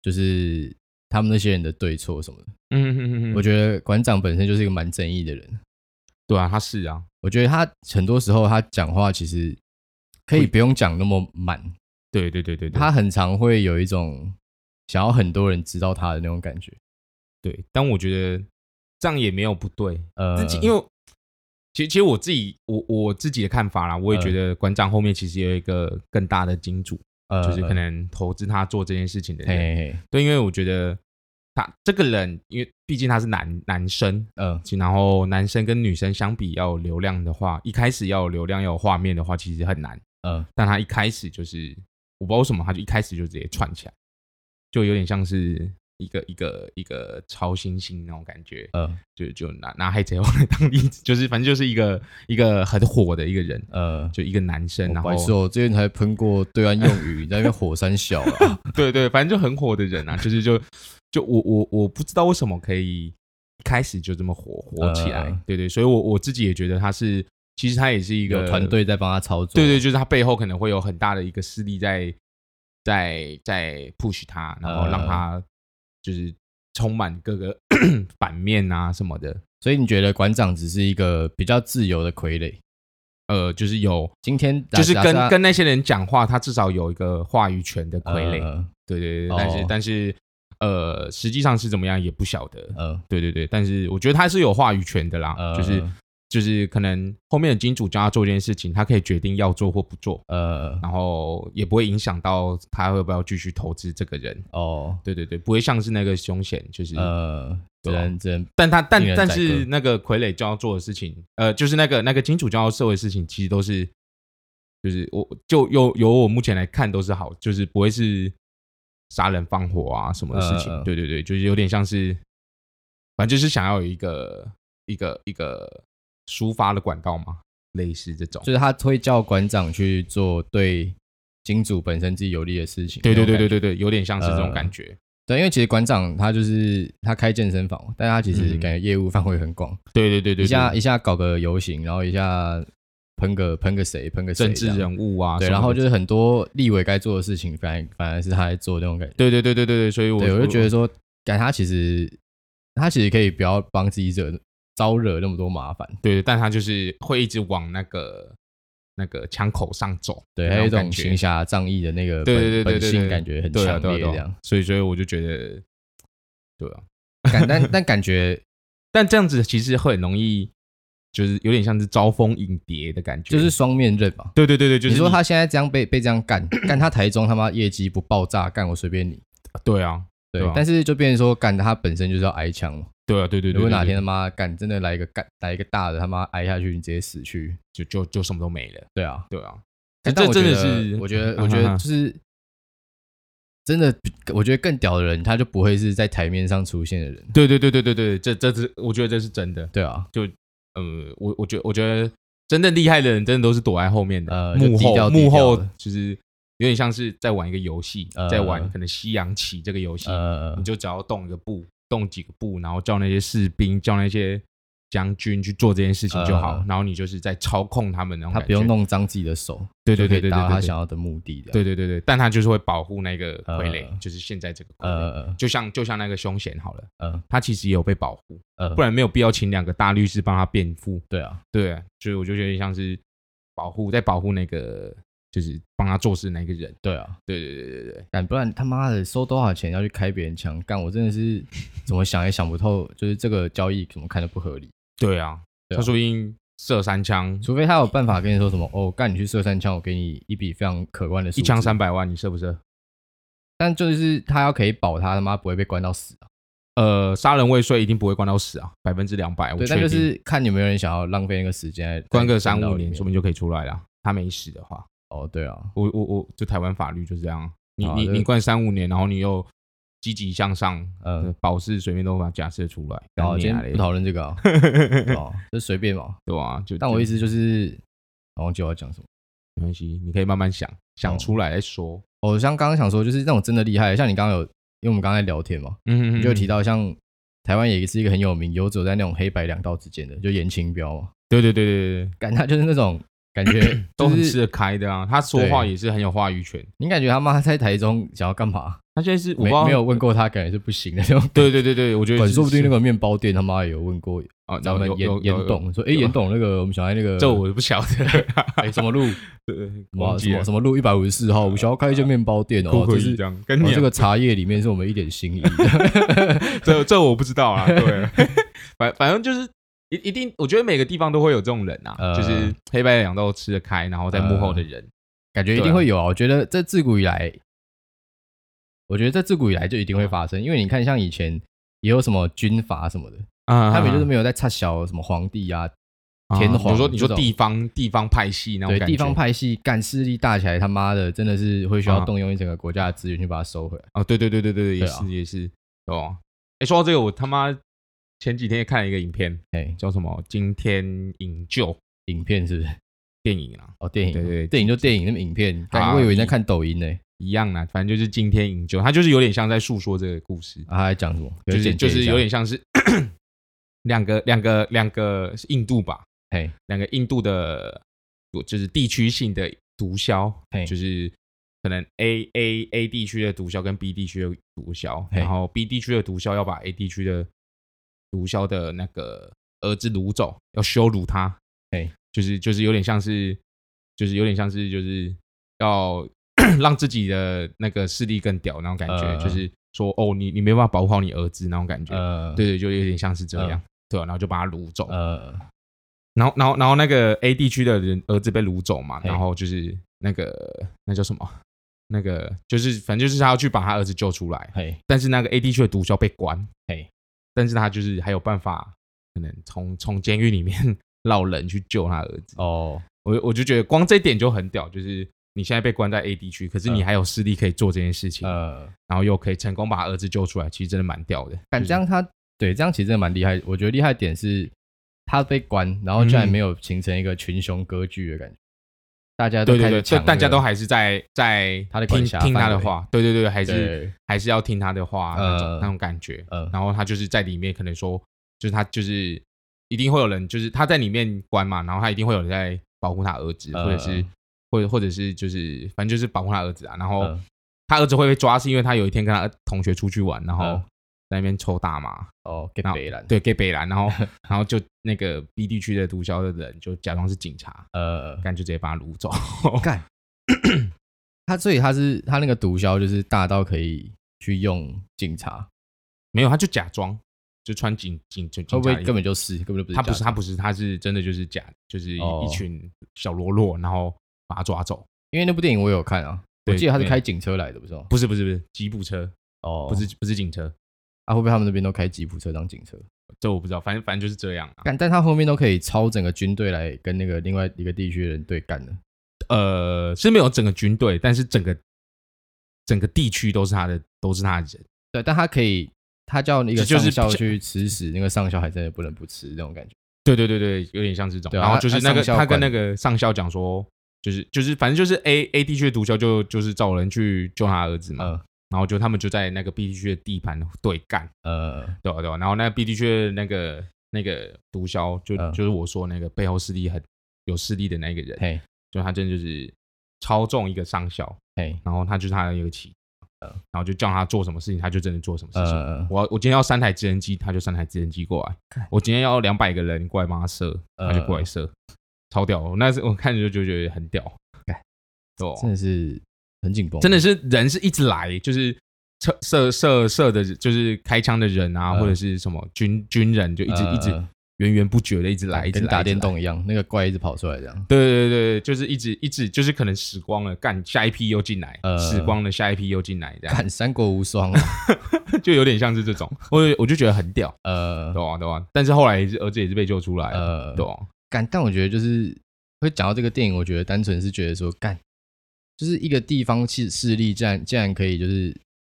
Speaker 1: 就是他们那些人的对错什么的，
Speaker 2: 嗯哼哼哼
Speaker 1: 我觉得馆长本身就是一个蛮正义的人，
Speaker 2: 对啊，他是啊，
Speaker 1: 我觉得他很多时候他讲话其实可以不用讲那么满，
Speaker 2: 对对对对对，
Speaker 1: 他很常会有一种想要很多人知道他的那种感觉，
Speaker 2: 对，但我觉得这样也没有不对，
Speaker 1: 呃，
Speaker 2: 自己因为。其实，其实我自己，我我自己的看法啦，我也觉得馆长后面其实有一个更大的金主，
Speaker 1: 呃
Speaker 2: 就是可能投资他做这件事情的
Speaker 1: 嘿
Speaker 2: 人。
Speaker 1: 嘿嘿，
Speaker 2: 对，因为我觉得他这个人，因为毕竟他是男男生，
Speaker 1: 嗯
Speaker 2: 其然后男生跟女生相比要有流量的话，一开始要有流量要有画面的话，其实很难。
Speaker 1: 嗯
Speaker 2: 但他一开始就是我不知道为什么，他就一开始就直接串起来，就有点像是一个一个一个超新星那种感觉，
Speaker 1: 嗯
Speaker 2: 就就拿拿黑贼王来当例子，就是反正就是一个一个很火的一个人，
Speaker 1: 呃，
Speaker 2: 就一个男生，然
Speaker 1: 我
Speaker 2: 后
Speaker 1: 白痴哦，之前才喷过对岸用语，你在那边火山小啊，
Speaker 2: 对对，反正就很火的人啊，就是就就我我我不知道为什么可以一开始就这么火火起来，
Speaker 1: 呃
Speaker 2: 对对，所以我我自己也觉得他是，其实他也是一
Speaker 1: 有
Speaker 2: 个
Speaker 1: 团，队在帮他操作，
Speaker 2: 对对，就是他背后可能会有很大的一个势力在在在 push 他，然后让
Speaker 1: 呃
Speaker 2: 他就是充满各个 版面啊什么的，
Speaker 1: 所以你觉得馆长只是一个比较自由的傀儡？
Speaker 2: 呃，就是有
Speaker 1: 今天假
Speaker 2: 就是
Speaker 1: 假设他啊
Speaker 2: 跟跟那些人讲话，他至少有一个话语权的傀儡，
Speaker 1: 呃
Speaker 2: 对对对，
Speaker 1: 哦
Speaker 2: 但是但是呃，实际上是怎么样也不晓得，
Speaker 1: 呃
Speaker 2: 对对对，但是我觉得他是有话语权的啦，
Speaker 1: 呃
Speaker 2: 就是就是可能后面的金主叫他做一件事情，他可以决定要做或不做，
Speaker 1: 呃
Speaker 2: 然后也不会影响到他会不要继续投资这个人。
Speaker 1: 哦
Speaker 2: 对对对，不会像是那个凶险，就是，
Speaker 1: 呃，只
Speaker 2: 对啊
Speaker 1: 能只能
Speaker 2: 但他但
Speaker 1: 令人宰
Speaker 2: 但
Speaker 1: 割
Speaker 2: 是那个傀儡就要做的事情，呃，就是那个那个金主就要做的事情，其实都是，就是我就由由我目前来看都是好，就是不会是杀人放火啊什么的事情。
Speaker 1: 嗯嗯嗯
Speaker 2: 对对对，就是有点像是，反正就是想要有一个一个一个抒发的管道嘛，类似这种。
Speaker 1: 就是他会叫馆长去做对金主本身自己有利的事情。
Speaker 2: 对对对
Speaker 1: 那种感觉
Speaker 2: 对对对，有点像是这种
Speaker 1: 呃
Speaker 2: 感觉。
Speaker 1: 对，因为其实馆长他就是他开健身房，但他其实
Speaker 2: 嗯
Speaker 1: 感觉业务范围很广，
Speaker 2: 对对对对，
Speaker 1: 一下
Speaker 2: 对
Speaker 1: 一下搞个游行，然后一下喷个喷个谁，喷个谁
Speaker 2: 政治
Speaker 1: 这样
Speaker 2: 人物啊什么的，
Speaker 1: 对，然后就是很多立委该做的事情，反反而是他在做那种感觉。
Speaker 2: 对对对对对对，所以我
Speaker 1: 对，我就觉得说，感他其实他其实可以不要帮自己惹招惹那么多麻烦，
Speaker 2: 对，但他就是会一直往那个那个枪口上走，
Speaker 1: 对，
Speaker 2: 那
Speaker 1: 还有一
Speaker 2: 种
Speaker 1: 种
Speaker 2: 感觉
Speaker 1: 行侠仗义的那个
Speaker 2: 对
Speaker 1: 本
Speaker 2: 对对对
Speaker 1: 本
Speaker 2: 对
Speaker 1: 性，
Speaker 2: 对
Speaker 1: 感觉很
Speaker 2: 对啊
Speaker 1: 强
Speaker 2: 对啊
Speaker 1: 烈
Speaker 2: 对啊
Speaker 1: 这样。
Speaker 2: 所以所以我就觉得，对啊，
Speaker 1: 感但但感觉
Speaker 2: 但这样子其实会很容易，就是有点像是招蜂引蝶的感觉，
Speaker 1: 就是双面刃嘛。
Speaker 2: 对对对对，就是
Speaker 1: 你说他现在这样被被这样干，干他台中他妈业绩不爆炸，干我随便你。
Speaker 2: 对啊
Speaker 1: 对
Speaker 2: 对啊，
Speaker 1: 但是就变成说，干他本身就是要挨枪嘛。
Speaker 2: 对啊对对对，
Speaker 1: 如果
Speaker 2: 对
Speaker 1: 哪
Speaker 2: 对
Speaker 1: 天他妈干真的来一个干来一个大的他妈挨下去，你直接死去。
Speaker 2: 就就就什么都没了，
Speaker 1: 对啊，
Speaker 2: 对啊，
Speaker 1: 但
Speaker 2: 这
Speaker 1: 我
Speaker 2: 真的
Speaker 1: 觉得
Speaker 2: 是
Speaker 1: 我觉得，
Speaker 2: 嗯
Speaker 1: 我觉得
Speaker 2: 哼哼
Speaker 1: 就是真的，我觉得更屌的人，他就不会是在台面上出现的人。
Speaker 2: 对对对对对对，这这是我觉得这是真的，
Speaker 1: 对啊，
Speaker 2: 呃，我我觉我觉得真正厉害的人，真的都是躲在后面的，
Speaker 1: 呃就
Speaker 2: 幕
Speaker 1: 低
Speaker 2: 后
Speaker 1: 调低
Speaker 2: 幕后
Speaker 1: 调的
Speaker 2: 就是有点像是在玩一个游戏，
Speaker 1: 呃
Speaker 2: 在玩可能西洋棋这个游戏，
Speaker 1: 呃
Speaker 2: 嗯你，就只要动一个步，动几个步，然后叫那些士兵，叫那些将军去做这件事情就好，
Speaker 1: 呃
Speaker 2: 然后你就是在操控他们那种
Speaker 1: 他
Speaker 2: 感觉，
Speaker 1: 不用弄脏自己的手，
Speaker 2: 对，对
Speaker 1: 就
Speaker 2: 对
Speaker 1: 可
Speaker 2: 对对
Speaker 1: 以达到他
Speaker 2: 对
Speaker 1: 想
Speaker 2: 对，
Speaker 1: 要的目的的。
Speaker 2: 对对对对，但他就是会保护那个傀儡，
Speaker 1: 呃
Speaker 2: 就是现在这个傀儡，
Speaker 1: 呃，
Speaker 2: 就像就像那个凶险好了，
Speaker 1: 呃
Speaker 2: 他其实也有被保护，
Speaker 1: 呃
Speaker 2: 不，然没有必要请两个大律师帮他辩护。
Speaker 1: 对啊，
Speaker 2: 对啊，所以我就觉得像是保护，在保护那个就是帮他做事那个人。
Speaker 1: 对啊，
Speaker 2: 对对对对对，
Speaker 1: 干不然他妈的收多少钱要去开别人枪？干我真的是怎么想也想不透，就是这个交易怎么看都不合理。
Speaker 2: 对啊，
Speaker 1: 对啊
Speaker 2: 他说不定射三枪，
Speaker 1: 除非他有办法跟你说什么哦，干你去射三枪，我给你一笔非常可观的数字
Speaker 2: 一枪，三百万，你射不射？
Speaker 1: 但就是他要可以保他他妈不会被关到死啊。
Speaker 2: 呃，杀人未遂一定不会关到死啊，百分之两百，我
Speaker 1: 对，
Speaker 2: 确
Speaker 1: 但就
Speaker 2: 定。
Speaker 1: 是看有没有人想要浪费那个时间在，
Speaker 2: 关个
Speaker 1: 在
Speaker 2: 三
Speaker 1: 监
Speaker 2: 五
Speaker 1: 牢里
Speaker 2: 年，
Speaker 1: 面
Speaker 2: 说不定就可以出来了。他没死的话，
Speaker 1: 哦，对啊，
Speaker 2: 我我我就台湾法律就是这样，你
Speaker 1: 好啊
Speaker 2: 你
Speaker 1: 这
Speaker 2: 你关三五年，然后你又积极向上，呃
Speaker 1: 嗯，，
Speaker 2: 保释随便都把假设出来，
Speaker 1: 然后
Speaker 2: 你
Speaker 1: 今
Speaker 2: 啊
Speaker 1: 天
Speaker 2: 嘞
Speaker 1: 不讨论这 个啊，哦，就随便嘛。
Speaker 2: 对啊，就
Speaker 1: 但我
Speaker 2: 就
Speaker 1: 意思就是，我忘记我要讲什么。
Speaker 2: 没关系，你可以慢慢想，想
Speaker 1: 哦
Speaker 2: 出来再说。
Speaker 1: 哦，像刚刚想说，就是那种真的厉害，像你刚刚有，因为我们刚才聊天嘛，
Speaker 2: 嗯
Speaker 1: 你就有提
Speaker 2: 到，
Speaker 1: 到像台湾也是一个很有名，游走在那种黑白两道之间的，就严清标嘛，
Speaker 2: 对对对对对，
Speaker 1: 感他就是那种感觉、就是，
Speaker 2: 都很吃得开的啊。他说
Speaker 1: 对
Speaker 2: 话也是很有话语权。
Speaker 1: 你感觉他妈在台中想要干嘛？
Speaker 2: 他现在是我不
Speaker 1: 没
Speaker 2: 知道
Speaker 1: 没有问过他，感觉是不行的那种。
Speaker 2: 对对对对，我觉得
Speaker 1: 管
Speaker 2: 是
Speaker 1: 说不定那
Speaker 2: 是
Speaker 1: 个面包店他妈也有问过
Speaker 2: 啊，
Speaker 1: 咱们
Speaker 2: 有
Speaker 1: 严
Speaker 2: 有有
Speaker 1: 严董，说哎，
Speaker 2: 有
Speaker 1: 严董那个我们想在那个
Speaker 2: 这我就不晓得，
Speaker 1: 呃 哎什么路
Speaker 2: 对
Speaker 1: 哇
Speaker 2: 忘
Speaker 1: 什
Speaker 2: 记
Speaker 1: 么
Speaker 2: 了
Speaker 1: 什么路一百五十四 号，我们想要开一间面包店
Speaker 2: 酷
Speaker 1: 哦，
Speaker 2: 酷
Speaker 1: 就
Speaker 2: 一
Speaker 1: 是
Speaker 2: 这样， 跟你
Speaker 1: 哦这
Speaker 2: 啊
Speaker 1: 个茶叶里面是我们一点心 意的。
Speaker 2: 这这我不 知道啊，对，反反正就是一一定，我觉得每个地方都会有这种人啊，
Speaker 1: 呃
Speaker 2: 就是黑白两道吃得开，然后在幕后的人，
Speaker 1: 感觉一定会有啊。我觉得这自古以来，我觉得这自古以来就一定
Speaker 2: 啊
Speaker 1: 会发生，因为你看，像以前也有什么军阀什么的，
Speaker 2: 啊
Speaker 1: 他们就是没有在插小什么皇帝啊，天皇
Speaker 2: 你说你
Speaker 1: 这
Speaker 2: 说
Speaker 1: 种
Speaker 2: 地方地方派系那种
Speaker 1: 对
Speaker 2: 感觉，
Speaker 1: 地方派系干势力大起来，他妈的真的是会需
Speaker 2: 啊
Speaker 1: 要动用一整个国家的资源去把它收回来。
Speaker 2: 哦，对对对对对，也
Speaker 1: 对啊
Speaker 2: 是也是哦。哎，说到这个，我他妈前几天也看了一个影片，
Speaker 1: 哎，
Speaker 2: 叫什么《惊天营救》
Speaker 1: 影片是不是？
Speaker 2: 电影啊，
Speaker 1: 哦，电影，
Speaker 2: 对对
Speaker 1: 电影就电影，那么影片，
Speaker 2: 啊
Speaker 1: 干我以为你在看抖音呢。
Speaker 2: 一样啦，反正就是《惊天营救》，它就是有点像在诉说这个故事，
Speaker 1: 啊，他在讲什么？
Speaker 2: 就是
Speaker 1: 简介
Speaker 2: 就
Speaker 1: 一下
Speaker 2: 是有点像是 两个两个两个是印度吧，
Speaker 1: 嘿，
Speaker 2: 两个印度的就是地区性的毒枭
Speaker 1: 嘿，
Speaker 2: 就是可能 A A A 地区的毒枭跟 B 地区的毒枭，
Speaker 1: 嘿
Speaker 2: 然后 B 地区的毒枭要把 A 地区的毒枭的那个儿子掳走，要羞辱他，
Speaker 1: 嘿，
Speaker 2: 就是就是有点像是，就是有点像是就是要 让自己的那个势力更屌那种感觉，
Speaker 1: 呃
Speaker 2: 就是说哦，你你没办法保护好你儿子那种感觉，
Speaker 1: 呃，
Speaker 2: 对对，就有点像是这样，
Speaker 1: 呃
Speaker 2: 对啊、然后就把他掳走，
Speaker 1: 呃，
Speaker 2: 然后，然后，然后那个 A 地区的人儿子被掳走嘛，
Speaker 1: 嘿
Speaker 2: 然后就是那个那叫什么？那个就是反正就是他要去把他儿子救出来，
Speaker 1: 嘿，
Speaker 2: 但是那个 A 地区的毒枭被关，
Speaker 1: 嘿，
Speaker 2: 但是他就是还有办法，可能从从监狱里面 捞人去救他儿子。
Speaker 1: 哦，
Speaker 2: 我我就觉得光这一点就很屌，就是你现在被关在 A 地区，可是你
Speaker 1: 嗯
Speaker 2: 还有势力可以做这件事情，
Speaker 1: 呃，
Speaker 2: 然后又可以成功把儿子救出来，其实真的蛮屌的。
Speaker 1: 但
Speaker 2: 就是
Speaker 1: 这样他对这样其实真的蛮厉害。我觉得厉害的点是他被关，然后居然
Speaker 2: 嗯
Speaker 1: 没有形成一个群雄割据的感觉，大家都
Speaker 2: 对对
Speaker 1: 开
Speaker 2: 对，
Speaker 1: 始
Speaker 2: 就
Speaker 1: 抢那个、
Speaker 2: 大家都还是在在
Speaker 1: 他的
Speaker 2: 听
Speaker 1: 管辖
Speaker 2: 听他
Speaker 1: 范
Speaker 2: 的
Speaker 1: 围
Speaker 2: 话，对对对，还是
Speaker 1: 对
Speaker 2: 还是要听他的话那种、
Speaker 1: 呃
Speaker 2: 那种感觉。
Speaker 1: 呃
Speaker 2: 然后他就是在里面，可能说，就是他就是一定会有人，就是他在里面关嘛，然后他一定会有人在保护他儿子，或者是
Speaker 1: 呃
Speaker 2: 或者或者是就是反正就是保护他儿子啊。然后
Speaker 1: 呃
Speaker 2: 他儿子会被抓，是因为他有一天跟他同学出去玩，然后
Speaker 1: 呃
Speaker 2: 在那边抽大麻，
Speaker 1: 哦给
Speaker 2: 然后
Speaker 1: 北兰
Speaker 2: 对给北兰，然后 然后就那个 B 地区的毒枭的人就假装是警察，
Speaker 1: 呃
Speaker 2: 干就直接把他掳走。
Speaker 1: 干他，所以他是他那个毒枭就是大到可以去用警察，
Speaker 2: 没有，他就假装就穿警警
Speaker 1: 会
Speaker 2: 警警
Speaker 1: 不
Speaker 2: 察
Speaker 1: 会
Speaker 2: 衣
Speaker 1: 根本就是根本就不是
Speaker 2: 他不
Speaker 1: 假
Speaker 2: 是
Speaker 1: 的
Speaker 2: 他不是他是真的就是假的，就是一,、
Speaker 1: 哦
Speaker 2: 群小喽啰，然后把他抓走。
Speaker 1: 因为那部电影我有看啊，我
Speaker 2: 对
Speaker 1: 记得他是
Speaker 2: 对
Speaker 1: 开警车来的，不是吗？
Speaker 2: 不是不是不是吉普车，
Speaker 1: 哦，
Speaker 2: 不，是不是警车，
Speaker 1: 啊，会不会他们那边都开吉普车当警车？
Speaker 2: 这我不知道，反正反正就是这样啊。
Speaker 1: 干，但他后面都可以超整个军队来跟那个另外一个地区的人对干的。
Speaker 2: 呃，是没有整个军队，但是整个整个地区都是他的，都是他的人。
Speaker 1: 对，但他可以，他叫那个
Speaker 2: 就
Speaker 1: 上
Speaker 2: 是
Speaker 1: 校
Speaker 2: 比较
Speaker 1: 去吃屎，那个上校还真的不能不吃那种感觉。
Speaker 2: 对对对对，有点像这种。
Speaker 1: 对啊
Speaker 2: 然后就是
Speaker 1: 他
Speaker 2: 那个
Speaker 1: 上校
Speaker 2: 他
Speaker 1: 管
Speaker 2: 跟那个上校讲说，就是就是反正就是 A A 地区的毒枭就就是找人去救他儿子嘛，
Speaker 1: 嗯
Speaker 2: 然后就他们就在那个 B 地区的地盘对干。
Speaker 1: 呃，
Speaker 2: 对啊对啊，然后那个 B 地区的那个那个毒枭，就、
Speaker 1: 嗯
Speaker 2: 就是我说那个背后势力很有势力的那个人，
Speaker 1: 嘿，
Speaker 2: 就他真的就是操纵一个上校，
Speaker 1: 嘿，
Speaker 2: 然后他就是他的一个棋，
Speaker 1: 嗯
Speaker 2: 然后就叫他做什么事情，他就真的做什么事情。
Speaker 1: 呃，
Speaker 2: 我我今天要三台直升机，他就三台直升机过来；我今天要两百个人过来帮他射，他就过
Speaker 1: 嗯
Speaker 2: 来射，超屌！我那是我看着就觉得很屌，对哦、
Speaker 1: 真的是很紧绷，
Speaker 2: 真的是人是一直来，就是射射射射的，就是开枪的人啊，
Speaker 1: 嗯
Speaker 2: 或者是什么军军人，就一直、
Speaker 1: 呃
Speaker 2: 一直源源不绝的一直来，一直
Speaker 1: 跟
Speaker 2: 来
Speaker 1: 打电。
Speaker 2: 一直来
Speaker 1: 动一样，那个怪一直跑出来这样。
Speaker 2: 对对对，对就是一直一直就是可能死光了，干下一批又进来，
Speaker 1: 呃
Speaker 2: 死光了下一批又进来，这样
Speaker 1: 看三国无双啊，
Speaker 2: 就有点像是这种，我我就觉得很屌，
Speaker 1: 呃
Speaker 2: 懂啊懂啊。但是后来也是儿子也是被救出来了，
Speaker 1: 呃，
Speaker 2: 懂啊
Speaker 1: 干，但我觉得就是会讲到这个电影，我觉得单纯是觉得说干，就是一个地方势势力竟然竟然可以就是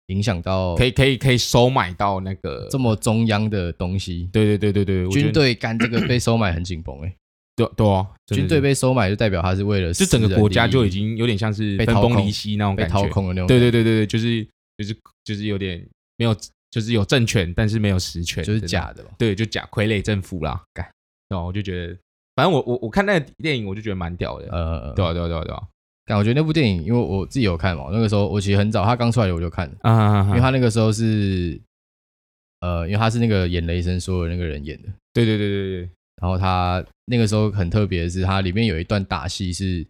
Speaker 1: 影响到
Speaker 2: 可以可以可以收买到那个
Speaker 1: 这么中央的东西，
Speaker 2: 对对对对对，我觉得
Speaker 1: 军队干这个被收买很紧绷哎，
Speaker 2: 对对啊，真的
Speaker 1: 军队
Speaker 2: 是
Speaker 1: 被收买就代表他是为了
Speaker 2: 就整个国家
Speaker 1: 私人
Speaker 2: 就
Speaker 1: 利益
Speaker 2: 已经有点像是
Speaker 1: 被
Speaker 2: 分
Speaker 1: 掏空
Speaker 2: 崩离析那种
Speaker 1: 被
Speaker 2: 感觉，
Speaker 1: 掏空的那种，
Speaker 2: 对对对对对，就是就是就是有点没有，就是有政权，但是没有实权，
Speaker 1: 就是
Speaker 2: 真的，
Speaker 1: 假的吧？
Speaker 2: 对，就假傀儡政府啦。
Speaker 1: 干，
Speaker 2: 对啊、我就觉得，反正我我我看那个电影，我就觉得蛮屌的。
Speaker 1: 呃，
Speaker 2: 对啊，对啊，对啊，对啊，
Speaker 1: 但我觉得那部电影，因为我自己有看嘛，那个时候我其实很早，他刚出来我就看，
Speaker 2: 啊啊啊
Speaker 1: 因为
Speaker 2: 啊
Speaker 1: 他那个时候是，呃，因为他是那个演雷神说的那个人演的，
Speaker 2: 对对对对对，
Speaker 1: 然后他那个时候很特别的是，他里面有一段打戏是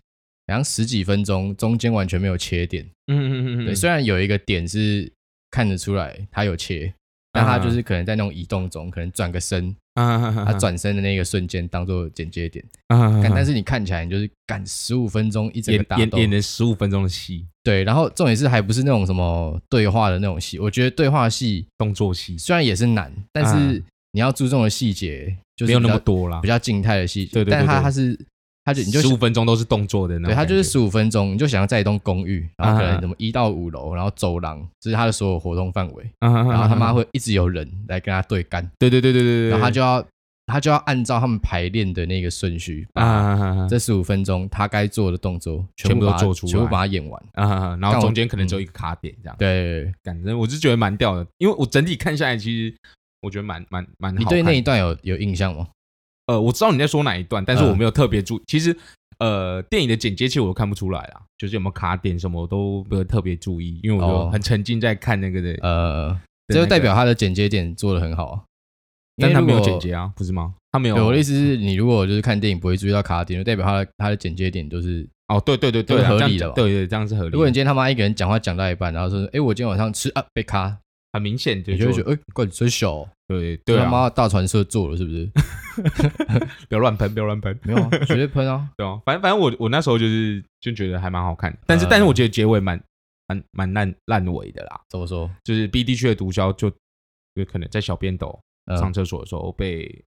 Speaker 1: 好像十几分钟，中间完全没有切点，
Speaker 2: 嗯嗯嗯嗯，
Speaker 1: 对，虽然有一个点是看得出来他有切，但
Speaker 2: 嗯
Speaker 1: 他就是可能在那种移动中，可能转个身，
Speaker 2: 他
Speaker 1: 他转身的那个瞬间当做剪接点，干但
Speaker 2: 但
Speaker 1: 是你看起来你就是干十五分钟一整个
Speaker 2: 嗯演
Speaker 1: 打
Speaker 2: 演
Speaker 1: 斗
Speaker 2: 演了十五分钟的戏，
Speaker 1: 对，然后重点是还不是那种什么对话的那种戏，我觉得对话戏
Speaker 2: 动作戏
Speaker 1: 虽然也是难，但是
Speaker 2: 嗯
Speaker 1: 你要注重的细节就是
Speaker 2: 没有那
Speaker 1: 比较
Speaker 2: 么多啦
Speaker 1: 比，较静态的细节，
Speaker 2: 对对对
Speaker 1: 但它
Speaker 2: 对
Speaker 1: 它是它就你就
Speaker 2: 十五分钟都是动作的那种
Speaker 1: 对
Speaker 2: 感觉，
Speaker 1: 它就是十五分钟，你就想要在一栋公寓，然后可
Speaker 2: 嗯嗯
Speaker 1: 能什么一到五楼，然后走廊，这是它的所有活动范围，
Speaker 2: 嗯，然
Speaker 1: 然后他妈，会一直有人来跟他对干，
Speaker 2: 对对对对对对，
Speaker 1: 然后他就要他就要按照他们排练的那个顺序
Speaker 2: 啊
Speaker 1: 把。
Speaker 2: 啊啊啊
Speaker 1: 这十五分钟，他该做的动作
Speaker 2: 全部都
Speaker 1: 把它
Speaker 2: 做出
Speaker 1: 全部
Speaker 2: 来
Speaker 1: 把它演完。
Speaker 2: 啊，然后
Speaker 1: 但我
Speaker 2: 中间可能只有一个卡点这样。
Speaker 1: 对，
Speaker 2: 感觉我是觉得蛮屌的，因为我整体看下来，其实我觉得蛮蛮蛮好
Speaker 1: 你
Speaker 2: 看
Speaker 1: 对那一段有有印象吗？
Speaker 2: 呃，我知道你在说哪一段，但是我
Speaker 1: 嗯
Speaker 2: 没有特别注意。其实呃，电影的剪接其实我看不出来啦，就是有没有卡点什么我都没有特别注意，因为我就
Speaker 1: 哦
Speaker 2: 很沉浸在看那个的，
Speaker 1: 呃，
Speaker 2: 对
Speaker 1: 这就
Speaker 2: 那
Speaker 1: 代
Speaker 2: 个
Speaker 1: 表他的剪接点做的很好啊。因
Speaker 2: 但
Speaker 1: 为
Speaker 2: 他没有
Speaker 1: 如果
Speaker 2: 剪接。啊，不是吗？他没有。
Speaker 1: 对，我的意思是你如果就是看电影不会注意到卡点，就代表他的他的剪接点就是，
Speaker 2: 哦，对对对对
Speaker 1: 这个
Speaker 2: 啊，
Speaker 1: 合
Speaker 2: 这样
Speaker 1: 理
Speaker 2: 子
Speaker 1: 的吧
Speaker 2: 对对，这样是合理的。
Speaker 1: 如果你今天他妈一个人讲话讲到一半，然后说，哎，我今天晚上吃啊被卡，
Speaker 2: 很明显
Speaker 1: 你
Speaker 2: 对，
Speaker 1: 就
Speaker 2: 就
Speaker 1: 会觉得，哎，怪你真小哦，
Speaker 2: 对对
Speaker 1: 这他
Speaker 2: 啊，
Speaker 1: 妈大传社做了是不 是？
Speaker 2: 不要乱喷，不要乱喷。
Speaker 1: 没有啊，绝对喷啊。
Speaker 2: 对啊，反正反正我我那时候就是就觉得还蛮好看的，但是、
Speaker 1: 嗯
Speaker 2: 但是我觉得结尾蛮蛮蛮烂烂尾的啦，
Speaker 1: 怎么说？
Speaker 2: 就是 B 地区的毒枭就有可能在小便斗
Speaker 1: 嗯
Speaker 2: 上厕所的时候被，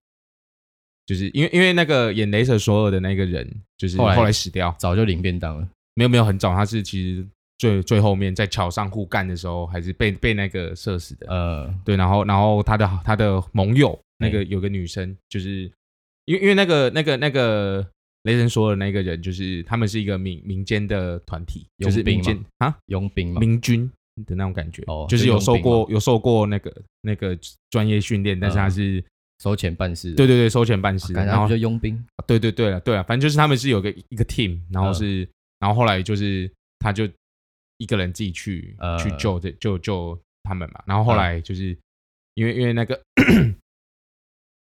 Speaker 2: 就是因为因为那个演雷神索尔的那个人就是
Speaker 1: 后来
Speaker 2: 后来死掉，
Speaker 1: 早就领便当了。
Speaker 2: 没有没有很早，他是其实最最后面在桥上互干的时候还是被被那个射死的，
Speaker 1: 呃，
Speaker 2: 对，然后然后他的他的盟友那
Speaker 1: 嗯
Speaker 2: 个有个女生，就是因为因为那个那个那个雷神说的那个人，就是他们是一个民民间的团体，就是
Speaker 1: 佣兵
Speaker 2: 民间啊
Speaker 1: 佣兵嘛，
Speaker 2: 民军的那种感觉，
Speaker 1: 哦
Speaker 2: 就是
Speaker 1: 就
Speaker 2: 有
Speaker 1: 佣
Speaker 2: 受
Speaker 1: 兵
Speaker 2: 过有受过那个那个专业训练，但是他
Speaker 1: 嗯
Speaker 2: 是、
Speaker 1: 收钱办事。
Speaker 2: 对，对对收钱办事，
Speaker 1: 感觉
Speaker 2: 然
Speaker 1: 他
Speaker 2: 后
Speaker 1: 不就佣兵？
Speaker 2: 对对对了，对啊，反正就是他们是有个一个 team，然后
Speaker 1: 嗯
Speaker 2: 是、然后后来就是他就一个人自己去、
Speaker 1: 呃
Speaker 2: 去救这救救他们嘛，然后后来就是、因为因为那 个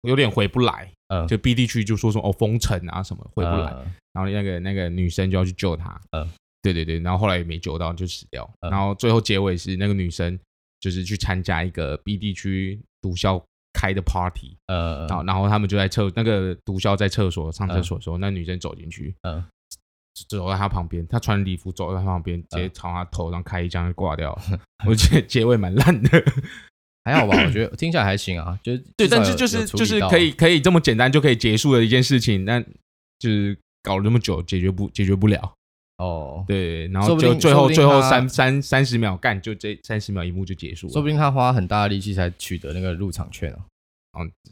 Speaker 2: 有点回不来，
Speaker 1: 嗯，
Speaker 2: 就 B 地区就说说哦封城啊什么回不来，
Speaker 1: 呃。
Speaker 2: 然后那个那个女生就要去救他，
Speaker 1: 嗯
Speaker 2: 对对对，然后后来也没救到就死掉，
Speaker 1: 嗯
Speaker 2: 然后最后结尾是那个女生就是去参加一个 B 地区毒枭开的 party，
Speaker 1: 呃，
Speaker 2: 然后然后他们就在厕那个毒枭在厕所上厕所的时候，那女生走进去，
Speaker 1: 嗯
Speaker 2: 走到他旁边，他穿礼服走到他旁边，直接朝他头上开一枪就挂掉了。 我觉得结尾蛮烂的，
Speaker 1: 还好吧，我 觉得听起来还行啊，就是
Speaker 2: 对，
Speaker 1: 至少
Speaker 2: 但是
Speaker 1: 有
Speaker 2: 就
Speaker 1: 有
Speaker 2: 是
Speaker 1: 处
Speaker 2: 就
Speaker 1: 理
Speaker 2: 是
Speaker 1: 到
Speaker 2: 可以可以这么简单就可以结束的一件事情，但就是搞了那么久解决不解决不了，
Speaker 1: 哦，
Speaker 2: 对，然
Speaker 1: 说
Speaker 2: 后
Speaker 1: 不
Speaker 2: 就
Speaker 1: 定
Speaker 2: 最
Speaker 1: 说
Speaker 2: 后
Speaker 1: 不定
Speaker 2: 最后
Speaker 1: 他
Speaker 2: 三三三十秒干就这三十秒一幕就结束
Speaker 1: 说
Speaker 2: 了，
Speaker 1: 不定他花很大的力气才取得那个入场券啊。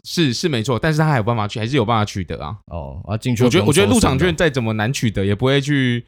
Speaker 2: 是是没错，但是他还有办法去，还是有办法取得啊，
Speaker 1: 哦，啊，进去
Speaker 2: 我
Speaker 1: 又
Speaker 2: 觉得
Speaker 1: 不用
Speaker 2: 我觉得
Speaker 1: 抽
Speaker 2: 入场
Speaker 1: 身
Speaker 2: 券
Speaker 1: 了
Speaker 2: 再怎么难取得，也不会去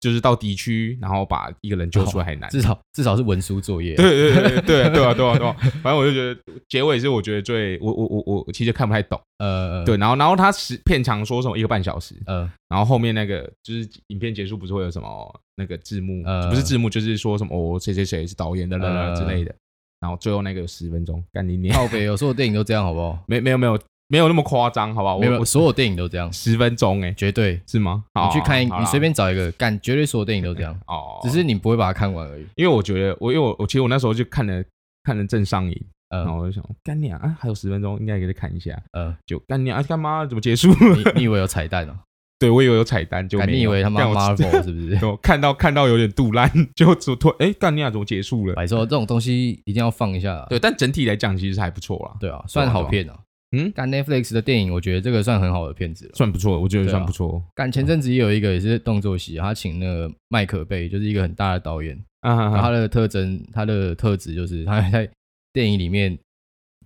Speaker 2: 就是到敌区，然后把一个人救出来还难。
Speaker 1: 至少至少是文书作业啊。
Speaker 2: 对对对对对对啊对啊对啊！反正我就觉得结尾是我觉得最我我我我其实看不太懂。
Speaker 1: 呃，
Speaker 2: 对，然后然后他时片长说什么一个半小时，
Speaker 1: 呃，
Speaker 2: 然后后面那个就是影片结束不是会有什么那个字幕，
Speaker 1: 呃
Speaker 2: 不是字幕就是说什么哦谁谁谁是导演的啦啦啦
Speaker 1: 呃哦
Speaker 2: 之类的，然后最后那个有十分钟，干你你
Speaker 1: 靠北，有所有电影都这样，好不好？
Speaker 2: 没没有没有没有那么夸张，好不好？
Speaker 1: 没
Speaker 2: 我
Speaker 1: 有，
Speaker 2: 我
Speaker 1: 所有电影都这样，
Speaker 2: 十分钟哎、
Speaker 1: 绝对。
Speaker 2: 是吗？哦
Speaker 1: 你去看一，
Speaker 2: 好
Speaker 1: 你
Speaker 2: 啦
Speaker 1: 随便找一个，干，绝对所有电影都这样，
Speaker 2: 哦，
Speaker 1: 只是你不会把它看完而已。
Speaker 2: 因为我觉得我因为我我其实我那时候就看了看了正上瘾，
Speaker 1: 嗯
Speaker 2: 然后我就想，干你啊，啊还有十分钟，应该给他看一下。
Speaker 1: 呃，
Speaker 2: 就干你啊，干嘛？怎么结束？
Speaker 1: 你你以为有彩蛋哦？
Speaker 2: 对我以为有彩蛋，就
Speaker 1: 哎
Speaker 2: 没有
Speaker 1: 你以为他妈
Speaker 2: 干我
Speaker 1: Marvel 是不是？
Speaker 2: 我看到看 到有点肚烂， 就突突哎，干你啊，怎么结束了？
Speaker 1: 白说这种东西一定要放一下啊。
Speaker 2: 对，但整体来讲其实还不错啦，
Speaker 1: 对啊，算好片啊。
Speaker 2: 嗯
Speaker 1: 干 Netflix 的电影，我觉得这个算很好的片子了。
Speaker 2: 算不错，我觉得
Speaker 1: 对啊
Speaker 2: 算不错。
Speaker 1: 干前阵子也有一个也是动作戏，他请那个麦克贝，就是一个很大的导演，
Speaker 2: 啊哈
Speaker 1: 然后他
Speaker 2: 哈，
Speaker 1: 的特征，他的特质就是他在电影里面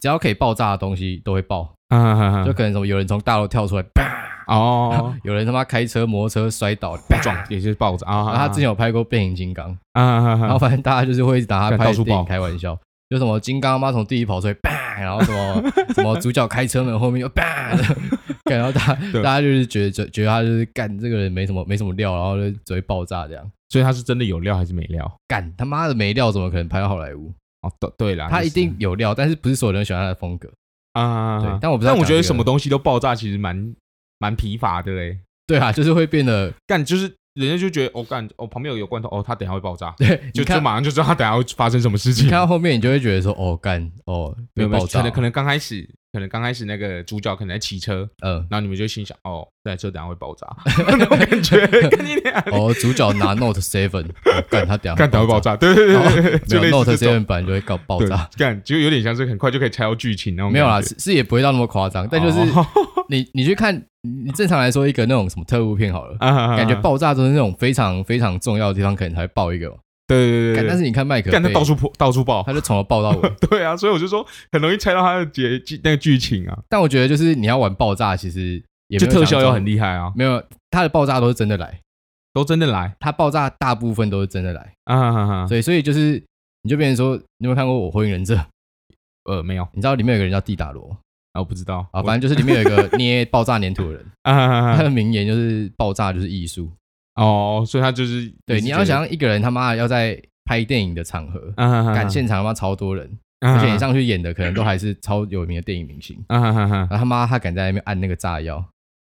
Speaker 1: 只要可以爆炸的东西都会爆，
Speaker 2: 啊哈
Speaker 1: 就
Speaker 2: 哈，
Speaker 1: 可能什么有人从大楼跳出来，啪；
Speaker 2: 哦，
Speaker 1: 有人他妈开车、摩托车摔倒，啪。
Speaker 2: 撞也就是爆炸啊哈
Speaker 1: 然
Speaker 2: 哈。
Speaker 1: 后他之前有拍过变形金刚，
Speaker 2: 啊哈哈，
Speaker 1: 然后反正大家就是会一直拿他
Speaker 2: 干
Speaker 1: 拍
Speaker 2: 到
Speaker 1: 的
Speaker 2: 处
Speaker 1: 电影
Speaker 2: 爆
Speaker 1: 开玩笑，就什么金刚妈从地狱跑出来，啪，然后什么什么主角开车门后面又啪， 干然后大家
Speaker 2: 对
Speaker 1: 大家就是觉得觉觉得他就是干这个人没什么没什么料，然后就只会爆炸这样。
Speaker 2: 所以他是真的有料还是没料？
Speaker 1: 干他妈的没料，怎么可能拍到好莱坞？
Speaker 2: 哦，对对啦，
Speaker 1: 他
Speaker 2: 也
Speaker 1: 一
Speaker 2: 是
Speaker 1: 定有料，但是不是所有人都喜欢他的风格。
Speaker 2: 啊，
Speaker 1: 对但我不知道
Speaker 2: 但我
Speaker 1: 讲
Speaker 2: 觉
Speaker 1: 这个
Speaker 2: 得什么东西都爆炸，其实蛮蛮疲乏的嘞。
Speaker 1: 对啊，就是会变得
Speaker 2: 干就是人家就觉得哦干哦旁边有油罐头哦，他等一下会爆炸，
Speaker 1: 对，
Speaker 2: 就
Speaker 1: 你
Speaker 2: 就
Speaker 1: 看
Speaker 2: 马上就知道他等一下会发生什么事情
Speaker 1: 你看。到后面，你就会觉得说，哦，干哦，被
Speaker 2: 没有没
Speaker 1: 爆
Speaker 2: 有，
Speaker 1: 炸，
Speaker 2: 可能可能刚开始，可能刚开始那个主角可能在骑车，
Speaker 1: 嗯。
Speaker 2: 然后你们就心想哦，这台车等一下会爆 炸， 那种感觉，干你俩，
Speaker 1: 哦，主角拿 Note Seven，哦干他等下
Speaker 2: 干等一下会爆，炸，对对 对对对，就
Speaker 1: 哦没
Speaker 2: 类
Speaker 1: 有 Note
Speaker 2: 似这种
Speaker 1: Seven 本来就会搞爆
Speaker 2: 对
Speaker 1: 炸，，
Speaker 2: 干就有点像是很快就可以猜到剧情那种。
Speaker 1: 没有啦，，是是也不会到那么夸张，但就是
Speaker 2: 哦
Speaker 1: 你你去看，你正常来说一个那种什么特务片好了，
Speaker 2: 啊
Speaker 1: 感觉，爆炸都是那种非常非常重要的地方，可能才会爆一个嘛。
Speaker 2: 对对对
Speaker 1: 干
Speaker 2: 对
Speaker 1: 但
Speaker 2: 对，
Speaker 1: 是你看麦克
Speaker 2: 干他
Speaker 1: 贝
Speaker 2: 到处破到 处爆，
Speaker 1: 他就从头爆到 尾。
Speaker 2: 对啊，所以我就说很容易猜到他的结剧那个剧情啊，
Speaker 1: 但我觉得就是你要玩爆炸，其实也
Speaker 2: 就
Speaker 1: 没有
Speaker 2: 特效
Speaker 1: 想
Speaker 2: 又
Speaker 1: 中
Speaker 2: 很厉害啊，
Speaker 1: 没有，他的爆炸都是真的来，
Speaker 2: 都真的来
Speaker 1: 他爆炸大部分都是真的来，
Speaker 2: 啊哈哈，
Speaker 1: 所以所以就是你就变成说，你有没有看过《我火影忍者》？
Speaker 2: 呃没有
Speaker 1: 你知道里面有个人叫地打罗
Speaker 2: 啊，我不知道
Speaker 1: 啊，反正就是里面有一 个捏爆炸粘土的人，
Speaker 2: 啊哈
Speaker 1: 他
Speaker 2: 哈
Speaker 1: 的名言就是“爆炸就是艺术
Speaker 2: 哦，所以他就是”。
Speaker 1: 对，
Speaker 2: 一直
Speaker 1: 你
Speaker 2: 觉
Speaker 1: 要
Speaker 2: 得
Speaker 1: 想一个人他妈的要在拍电影的场合，
Speaker 2: 啊哈哈，
Speaker 1: 赶现场他妈超多人，
Speaker 2: 啊哈
Speaker 1: 而
Speaker 2: 哈，
Speaker 1: 且你上去演的可能都还是超有名的电影明星，
Speaker 2: 啊哈哈哈，
Speaker 1: 然后他妈他敢在那边按那个炸药，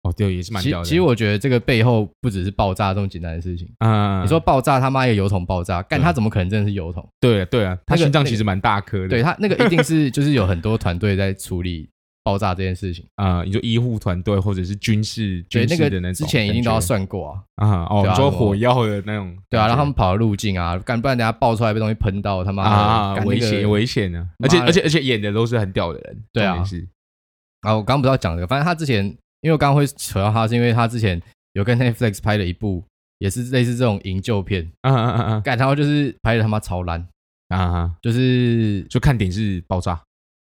Speaker 2: 哦，对，也是蛮
Speaker 1: 其
Speaker 2: 屌的。
Speaker 1: 其实我觉得这个背后不只是爆炸这么简单的事情。
Speaker 2: 啊，
Speaker 1: 你说爆炸他妈一个油桶爆炸，干
Speaker 2: 对
Speaker 1: 他怎么可能真的是油桶？
Speaker 2: 对了对啊，他
Speaker 1: 那个
Speaker 2: 心脏
Speaker 1: 那
Speaker 2: 其
Speaker 1: 个
Speaker 2: 实蛮大颗的。
Speaker 1: 对他那个一定是就是有很多团队在处理爆炸这件事情，
Speaker 2: 啊，你说医护团队或者是军事
Speaker 1: 对
Speaker 2: 军
Speaker 1: 那
Speaker 2: 事的那
Speaker 1: 个之
Speaker 2: 种，
Speaker 1: 前一定都要算过啊，
Speaker 2: 啊。哦，
Speaker 1: 对啊
Speaker 2: 你说火药的那种感觉，
Speaker 1: 对啊，让他们跑的路径啊，干不然等下爆出来被东西喷到他妈
Speaker 2: 啊
Speaker 1: 的干
Speaker 2: 危
Speaker 1: 那个
Speaker 2: 险危险啊！
Speaker 1: 妈
Speaker 2: 而且
Speaker 1: 的
Speaker 2: 而且而且演的都是很屌的人，
Speaker 1: 对啊
Speaker 2: 重点是
Speaker 1: 啊！我刚刚不知道讲这个，反正他之前因为我刚刚会扯到他，是因为他之前有跟 Netflix 拍了一部也是类似这种营救片，
Speaker 2: 啊啊啊啊
Speaker 1: 干然后就是拍的他妈超烂，
Speaker 2: 啊啊！
Speaker 1: 就是
Speaker 2: 就看点是爆炸，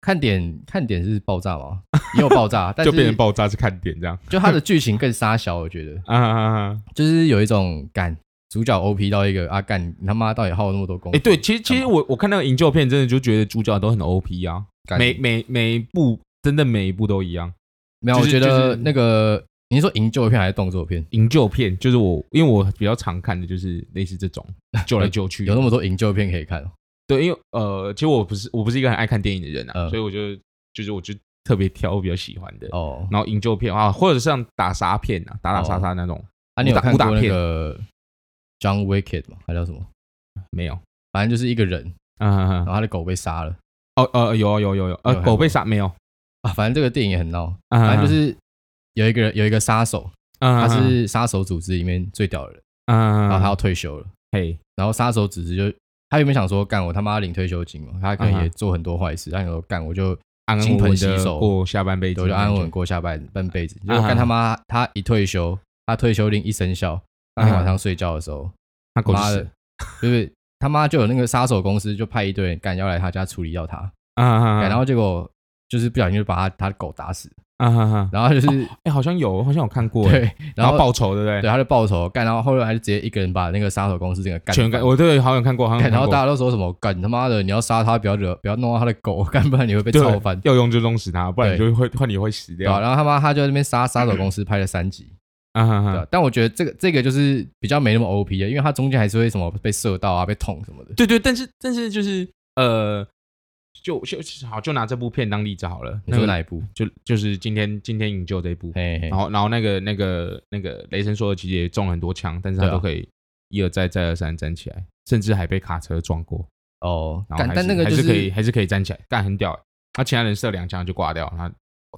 Speaker 1: 看点看点是爆炸 嘛，也有爆炸，但是
Speaker 2: 就变成爆炸是看点这样
Speaker 1: 就它的剧情更沙小，我觉得
Speaker 2: 啊啊啊！啊
Speaker 1: 就是有一种干主角 OP 到一个啊干你他妈到底耗了那么多功夫？
Speaker 2: 哎，对，其实其实
Speaker 1: 干嘛
Speaker 2: 我我看那个营救片，真的就觉得主角都很 OP 啊，
Speaker 1: 干
Speaker 2: 每每每一部真的每一部都一样。
Speaker 1: 没有，
Speaker 2: 就是
Speaker 1: 我觉
Speaker 2: 就
Speaker 1: 得
Speaker 2: 是
Speaker 1: 那个你是说营救片还是动作片？
Speaker 2: 营救片就是我，因为我比较常看的就是类似这 种救来救去
Speaker 1: 有那么多营救片可以看哦，
Speaker 2: 对，因为呃，其实我不是我不是一个很爱看电影的人啊，
Speaker 1: 嗯
Speaker 2: 所以我就就是我就特别挑我比较喜欢的，
Speaker 1: 哦
Speaker 2: 然后营救片啊，或者像打杀片啊，打打杀杀那种、
Speaker 1: 啊，你有
Speaker 2: 武打
Speaker 1: 看
Speaker 2: 武打
Speaker 1: 过那
Speaker 2: 片
Speaker 1: 个 John Wicked 吗？还叫什么？
Speaker 2: 没有。
Speaker 1: 反正就是一个人，
Speaker 2: 啊、
Speaker 1: 然后他的狗被杀了
Speaker 2: 哦呃有啊有啊有啊有啊
Speaker 1: 有
Speaker 2: 呃
Speaker 1: 看
Speaker 2: 狗
Speaker 1: 过
Speaker 2: 被杀没有？
Speaker 1: 啊。反正这个电影也很闹，
Speaker 2: 啊
Speaker 1: 反正就是有一个人有一个杀手，
Speaker 2: 啊
Speaker 1: 他是哦杀手组织里面最屌的人，
Speaker 2: 啊
Speaker 1: 然后他
Speaker 2: 啊
Speaker 1: 要退休了。
Speaker 2: 嘿
Speaker 1: 然后杀手只是就他原本想说干我他妈领退休金嘛，他可能
Speaker 2: 啊
Speaker 1: 也做很多坏事，他想说干我就
Speaker 2: 安安
Speaker 1: 金
Speaker 2: 稳
Speaker 1: 盆
Speaker 2: 稳
Speaker 1: 洗
Speaker 2: 的
Speaker 1: 手
Speaker 2: 过下半辈子
Speaker 1: 对
Speaker 2: 那
Speaker 1: 我就
Speaker 2: 种感觉，
Speaker 1: 安稳过下半半辈子。结果
Speaker 2: 啊
Speaker 1: 干他妈他一退休，他退休令一生效，当天晚上睡觉的时候，
Speaker 2: 那狗就
Speaker 1: 妈
Speaker 2: 死
Speaker 1: 的
Speaker 2: 了，
Speaker 1: 就是他妈就有那个杀手公司就派一堆人干要来他家处理掉他，
Speaker 2: 啊啊，
Speaker 1: 干然后结果就是不小心就把他他的狗打死，
Speaker 2: 啊哈哈，
Speaker 1: 然后他就是
Speaker 2: 哎好像有好像有看过欸，
Speaker 1: 对，
Speaker 2: 然
Speaker 1: 然
Speaker 2: 后
Speaker 1: 后
Speaker 2: 报仇对不对？
Speaker 1: 对他就报仇干，然后后来就直接一个人把那个杀手公司整个干
Speaker 2: 全干，我对好像有看过，好
Speaker 1: 啊
Speaker 2: 像有
Speaker 1: 干，然
Speaker 2: 看
Speaker 1: 后
Speaker 2: 过
Speaker 1: 大家都说什么干你他妈的，你要杀他，不要惹，不要弄到他的狗，干不然你会被
Speaker 2: 对啊
Speaker 1: 操翻。
Speaker 2: 要用就弄死他，不然你就会换你会死
Speaker 1: 对吧、啊
Speaker 2: 掉。
Speaker 1: 然后他妈他就在那边杀杀手公司拍了三集，
Speaker 2: 啊哈
Speaker 1: 对吧、
Speaker 2: 哈，
Speaker 1: 但我觉得这个这个就是比较没那么 O P 的，因为他中间还是会什么被射到啊、被捅什么的。
Speaker 2: 对对，但是但是就是呃，就就好，就拿这部片当例子好了。
Speaker 1: 你
Speaker 2: 那
Speaker 1: 说
Speaker 2: 个
Speaker 1: 哪一部？
Speaker 2: 就就是今天今天营救这一部，
Speaker 1: 嘿嘿
Speaker 2: 然，后然后那个那个那个雷神索尔其实也中很多枪，但是他
Speaker 1: 对啊
Speaker 2: 都可以一而再再而三站起来，甚至还被卡车撞过。
Speaker 1: 哦，
Speaker 2: 然后
Speaker 1: 干
Speaker 2: 还
Speaker 1: 但那
Speaker 2: 是
Speaker 1: 个就
Speaker 2: 还可以还是可以站起来，干很屌欸。他其他人射两枪就挂掉，他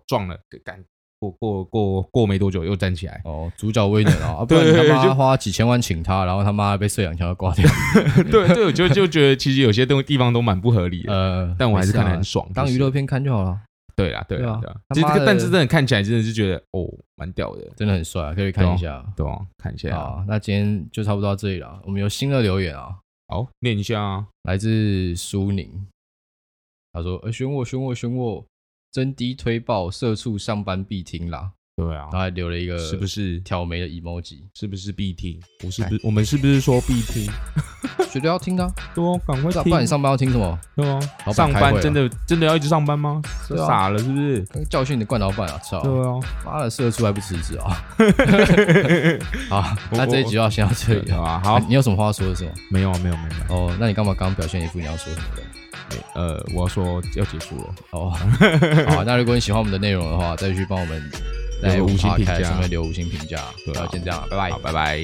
Speaker 2: 撞了，干过过过过没多久又站起来，
Speaker 1: 哦，主角威廉 啊，啊不然你
Speaker 2: 对
Speaker 1: 他妈
Speaker 2: 就
Speaker 1: 花几千万请他，然后他妈被射两枪就挂掉。
Speaker 2: 对对，我就就觉得其实有些东地方都蛮不合理的，
Speaker 1: 呃，
Speaker 2: 但我还是
Speaker 1: 没事啊
Speaker 2: 看得很爽，
Speaker 1: 当
Speaker 2: 就
Speaker 1: 娱
Speaker 2: 是
Speaker 1: 乐片看就好了，
Speaker 2: 对啦，对啦，
Speaker 1: 对啊
Speaker 2: 对啊。
Speaker 1: 他
Speaker 2: 其实
Speaker 1: 妈
Speaker 2: 这
Speaker 1: 的
Speaker 2: 个但是真的看起来真的是觉得哦，蛮屌的，
Speaker 1: 真的很帅啊，可以看一下。
Speaker 2: 对啊，看一下啊，
Speaker 1: 好，那今天就差不多到这里了。我们有新的留言啊，
Speaker 2: 好念一下啊，
Speaker 1: 来自苏宁，他说：“呃，选我，选我，选我，真低推爆，社畜上班必听啦。”
Speaker 2: 对啊
Speaker 1: 然后，还留了一个
Speaker 2: 是不是
Speaker 1: 挑眉的 emoji，
Speaker 2: 是不是必听？我是不
Speaker 1: 哎
Speaker 2: 是我们是不是说必听？
Speaker 1: 绝对要听的 啊，
Speaker 2: 对哦，赶
Speaker 1: 不
Speaker 2: 快
Speaker 1: 然
Speaker 2: 听
Speaker 1: 不，然你上班要听什么？
Speaker 2: 对哦
Speaker 1: 老板
Speaker 2: 上
Speaker 1: 开会
Speaker 2: 班
Speaker 1: 啊
Speaker 2: 真的真的要一直上班吗？
Speaker 1: 对啊
Speaker 2: 傻了是不是？
Speaker 1: 教训你的冠老板啊！操，
Speaker 2: 对哦，
Speaker 1: 妈的，社畜还不辞职 啊！好，那这一集就要先到这里
Speaker 2: 对
Speaker 1: 了。
Speaker 2: 啊，好
Speaker 1: 啊，你有什么话说的是吗？
Speaker 2: 没有啊没有没有没有。
Speaker 1: 哦，那你干嘛刚刚表现一副你要说什么的？
Speaker 2: 呃，我要说要结束了，
Speaker 1: 哦，好，那如果你喜欢我们的内容的话，再去帮我们在
Speaker 2: 留个五星
Speaker 1: Podcast
Speaker 2: 评价
Speaker 1: 上面留五星评价。
Speaker 2: 对啊
Speaker 1: 那先这样，拜拜
Speaker 2: 好，。拜拜。